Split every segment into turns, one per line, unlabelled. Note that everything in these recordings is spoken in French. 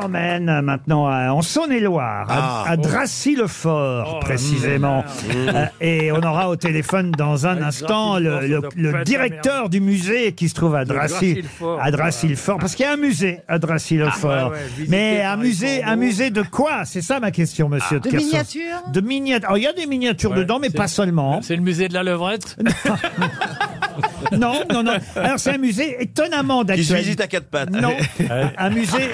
emmène euh, maintenant à- en Saône-et-Loire, à-
Ah.
à, Dracy-le-Fort,
Oh
précisément. Euh, et on aura au téléphone dans un instant le, le-
doit
le
pas être la
directeur du musée qui se trouve à Dracy,
Dracy-le-Fort.
à Dracy-le-Fort, parce qu'il y a un musée à Dracy-le-Fort.
Ah, ouais, ouais, visiter
Mais un
par
musée,
les
un musée de quoi C'est ça ma question, monsieur.
Ah. De
Kershaw.
miniatures
De miniatures. Alors, Il y a des miniatures dedans, mais
c'est-
pas seulement.
C'est le musée de la levrette
Non, non, non. Alors c'est un musée étonnamment
Qui se
d'actualité.
visite à quatre pattes.
Non, un musée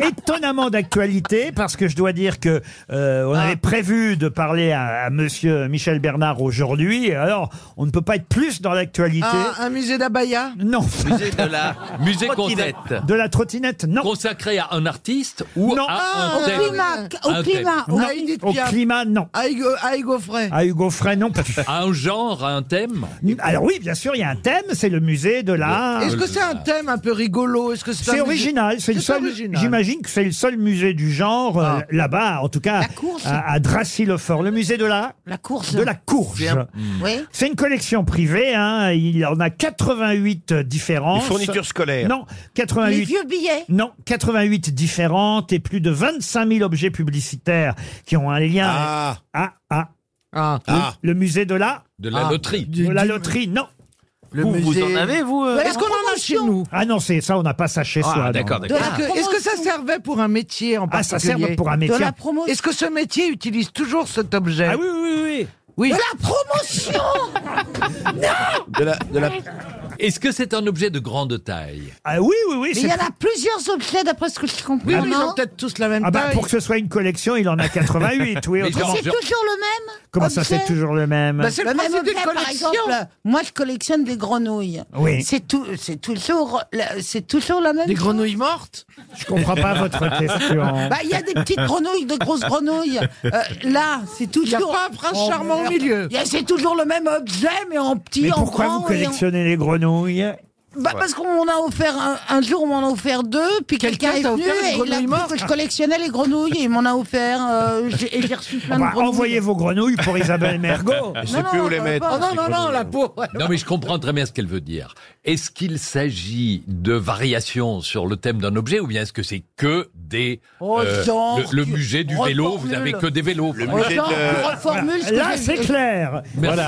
étonnamment d'actualité parce que je dois dire que euh, on
Ah.
avait prévu de parler à, à Monsieur Michel Bernard aujourd'hui. Alors on ne peut pas être plus dans l'actualité.
un, un musée d'Abaya
Non,
Musée de la musée
Trottinette.
Cosette,
de la trottinette, non.
consacré à un artiste ou
Non.
à
Ah,
un
au
thème.
climat,
au Ah, ok. climat,
au-
Non.
à Edith
au
Piaf. Ah.
climat, non.
à Hugo, à Hugo Frey.
À Hugo Frey, non.
à un genre, à un thème.
Alors oui, bien sûr, il y a un thème, c'est le musée de l'art.
Est-ce que c'est un thème un peu rigolo Est-ce que Ah, c'est
C'est
un musée-
original, c'est le
C'est
seul.
original. Ah.
J'imagine que c'est le seul musée du genre euh, là-bas, en tout cas
La course.
à, à Dracy-le-Fort, le musée de la
La course.
de la courge.
C'est un-
Oui.
C'est une collection privée, hein. il en a 88
Les
différentes.
fournitures scolaires.
Non,
Les
88.
vieux billets.
Non, 88 différentes et plus de 25 000 objets publicitaires qui ont un lien
Ah,
à, à
Ah,
ah.
le musée de la,
De la
Ah.
loterie.
de la loterie. Non.
le
Vous,
musée.
vous en avez, vous euh
Est-ce qu'on en a chez nous
Ah non, c'est ça, on n'a pas ça chez soi. non.
Ah, d'accord,
De
d'accord.
la
Est-ce que- est-ce que ça
promotion.
servait pour un métier en
Ah, ça
particulier
sert pour un
De
métier.
la promotion.
Est-ce que ce métier utilise toujours cet objet
Ah oui, oui, oui, oui.
Oui.
De la promotion
De la, de la...
Est-ce que c'est un objet de grande taille
Ah oui, oui, oui.
Mais
c'est-
il y en a plusieurs objets d'après ce que je comprends.
Oui, mais ils
non
ont peut-être tous la même
Ah bah,
taille.
pour que ce soit une collection, il en a 88, oui.
Mais
autrement-
genre-
C'est toujours le même
Comment ça,
objet
c'est toujours le même
Bah, c'est le
le même
principe
objet,
d'une
par
collection.
exemple, moi je collectionne des grenouilles.
Oui.
C'est tout, c'est toujours, la- c'est toujours la même.
Des
chose.
grenouilles mortes
Je comprends pas votre question.
Bah, il y a des petites grenouilles, de grosses grenouilles. Euh, là, c'est toujours.
Il n'y a pas un prince
Oh,
charmant au
merde.
milieu.
Il y a- C'est toujours le même objet, mais en petit,
Mais
en
pourquoi
grand
vous
et en-
collectionnez les grenouilles
Bah, Parce qu'on m'en a offert un, un jour, on m'en a offert deux, puis
Quelqu'un
quelqu'un est
t'a
venu
offert une
et il a
grenouille morte
cru que je collectionnais les grenouilles et il m'en a offert. euh, j'ai- et j'ai reçu plein
Bah,
de grenouilles.
Envoyez vos grenouilles pour Isabelle Mergot.
Je sais
Non,
plus
non,
où les
non,
Ah,
mettre.
Oh non, non, non, la peau.
Non, mais je comprends très bien ce qu'elle veut dire. Est-ce qu'il s'agit de variations sur le thème d'un objet ou bien est-ce que c'est que des. euh,
Oh, genre,
le, le musée du
reformule.
vélo, vous avez que des vélos.
Le
quoi.
musée
Genre,
de-
reformule ce que
euh, Là,
j'ai-
c'est clair.
Merci.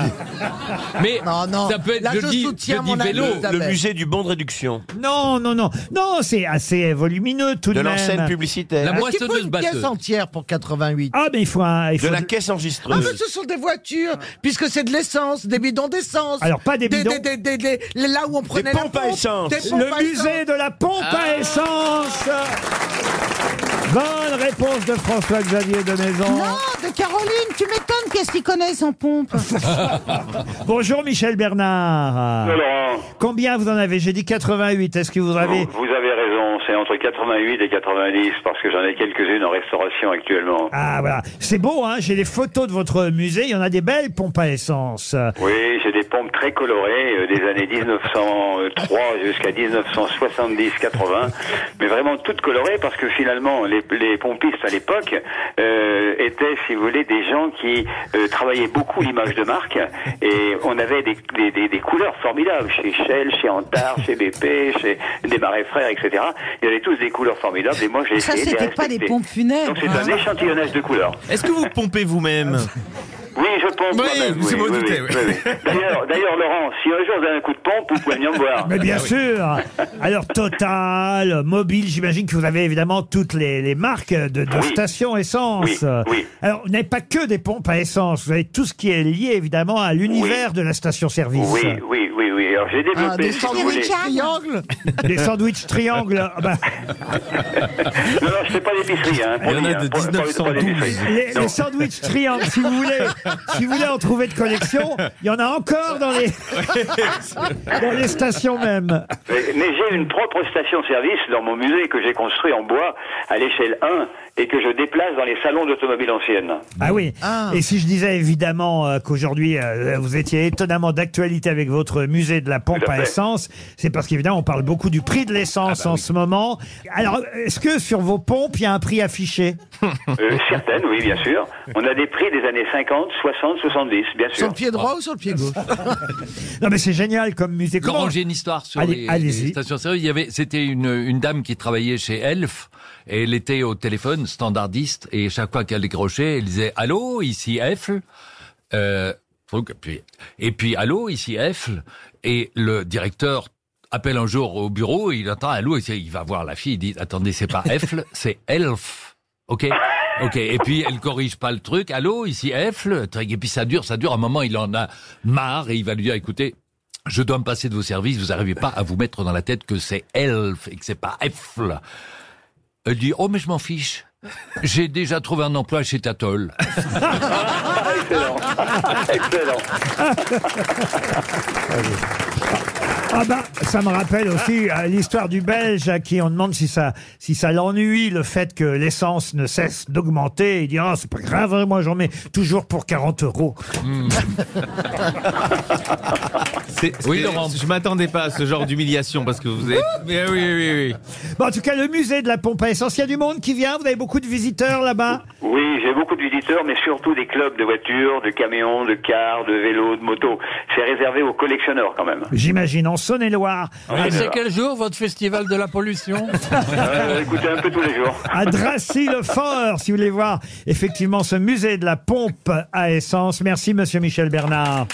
Mais
Non, non.
ça peut être.
Là,
je,
je
dis,
soutiens
je dis
mon ami
vélo.
Isabelle.
Le musée du bon de réduction.
Non, non, non. Non, c'est assez volumineux tout de,
De
même.
l'enseigne
La
publicitaire.
Est-ce qu'il faut
moissonneuse
une caisse
batteuse.
entière pour 88
Ah, mais il faut un. il
De
faut
la
de-
caisse
Ah, mais
enregistreuse.
ce sont des voitures, puisque c'est de l'essence, des bidons d'essence.
Alors, pas des bidons.
des- des- des- des- là où on prenait la
pompes à
pompe,
essence.
des pompes à
Le musée
essence.
de la pompe à essence. Bonne réponse de François-Xavier de Maison.
Non, de Caroline, tu m'étonnes qu'est-ce qu'ils connaissent en pompe.
Bonjour Michel Bernard.
Laurent,
Combien vous en avez J'ai dit 88. Est-ce que vous avez.
vous avez raison, c'est entre 88 et 90 parce que j'en ai quelques-unes en restauration actuellement.
Ah voilà, c'est beau, hein j'ai les photos de votre musée, il y en a des belles pompes à essence.
Oui, j'ai des pompes très colorées euh, des années 1903 jusqu'à 1970-80, mais vraiment toutes colorées parce que finalement les, les pompistes à l'époque euh, étaient, si vous voulez, des gens qui euh, travaillaient beaucoup l'image de marque et on avait des, des- des- des couleurs formidables chez Shell, chez Antar, chez BP, chez Desmarais Frères, etc. Ils avaient tous des couleurs formidables et moi j'ai
Ça,
essayé de les
c'était pas des
respecter.
pompes funèbres. hein.
Donc c'est un échantillonnage de couleurs.
Est-ce que vous pompez vous-même
Oui, je pompe.
Oui,
moi-même,
c'est mon douté, oui.
D'ailleurs, d'ailleurs, Laurent, si un jour vous avez un coup de pompe, vous pouvez venir me voir.
Mais bien sûr Alors Total, Mobile, j'imagine que vous avez évidemment toutes les, les marques de, de
Ah Oui.
stations essence.
Oui, oui.
Alors vous n'avez pas que des pompes à essence, vous avez tout ce qui est lié évidemment à l'univers de la station-service.
Oui, oui, oui, oui. Alors j'ai développé,
Ah, des
si vous voulez.
sandwichs triangles.
Les sandwichs triangles, ah bah,
Non, non, je fais pas d'épicerie, hein.
Il y en a de
promis, hein, promis, promis, pas
1912.
d'épicerie.
les,
Non.
les sandwichs triangles, si vous voulez, si vous voulez en trouver de collection, il y en a encore dans les, dans les stations même.
Mais, mais j'ai une propre station-service dans mon musée que j'ai construit en bois à l'échelle 1 et que je déplace dans les salons d'automobiles anciennes.
Ah oui.
Ah.
Et si je disais évidemment euh, qu'aujourd'hui euh, vous étiez étonnamment d'actualité avec votre musée de de la pompe
Tout à
à
fait. Ah bah
essence. C'est parce qu'évidemment, on parle beaucoup du prix de l'essence en ce moment. Alors, est-ce que sur vos pompes, il y a un prix affiché
Euh, certaines, oui, bien sûr. On a des prix des années 50, 60, 70, bien
Sur
sûr.
le pied droit ou sur le pied gauche
Non, mais c'est génial comme musée. Comment-
Laurent, j'ai une histoire sur
Allez-
les,
allez-y.
les stations-service. Il y avait, c'était une, une dame qui travaillait chez Elf et elle était au téléphone standardiste et chaque fois qu'elle décrochait, elle disait allô ici Elf. Euh, donc, puis- et puis allô ici Elf et le directeur appelle un jour au bureau, il entend allô, il il va voir la fille, il dit attendez c'est pas Elf, c'est Elf, ok. Ok, et puis elle corrige pas le truc. Allô, ici Elf. Et puis ça dure, ça dure. À un moment, il en a marre et il va lui dire, écoutez, je dois me passer de vos services, vous n'arrivez pas à vous mettre dans la tête que c'est elf et que c'est pas Efl. Elle dit, oh mais je m'en fiche. J'ai déjà trouvé un emploi chez Tatol.
Excellent. Excellent.
Ah bah, ça me rappelle aussi euh, l'histoire du Belge à qui on demande si ça, si ça l'ennuie le fait que l'essence ne cesse d'augmenter. Il dit ah c'est pas grave, hein, moi j'en mets toujours pour 40 euros.
C'est-
Oui,
c'est-
Laurent. Ah
Je m'attendais pas à ce genre d'humiliation parce que vous êtes. Mais oui, oui, oui.
Bon, en tout cas, le musée de la pompe à essence, il y a du monde qui vient. Vous avez beaucoup de visiteurs là-bas.
Oui, j'ai beaucoup de visiteurs, mais surtout des clubs de voitures, de camions, de cars, de vélos, de motos. C'est réservé aux collectionneurs quand même.
J'imagine en Saône-et-Loire,
Oui, c'est
quel jour votre festival de la pollution
euh, écoutez un peu tous les jours.
à Dracy-le-Fort, si vous voulez voir effectivement ce musée de la pompe à essence. Merci, Monsieur Michel Bernard.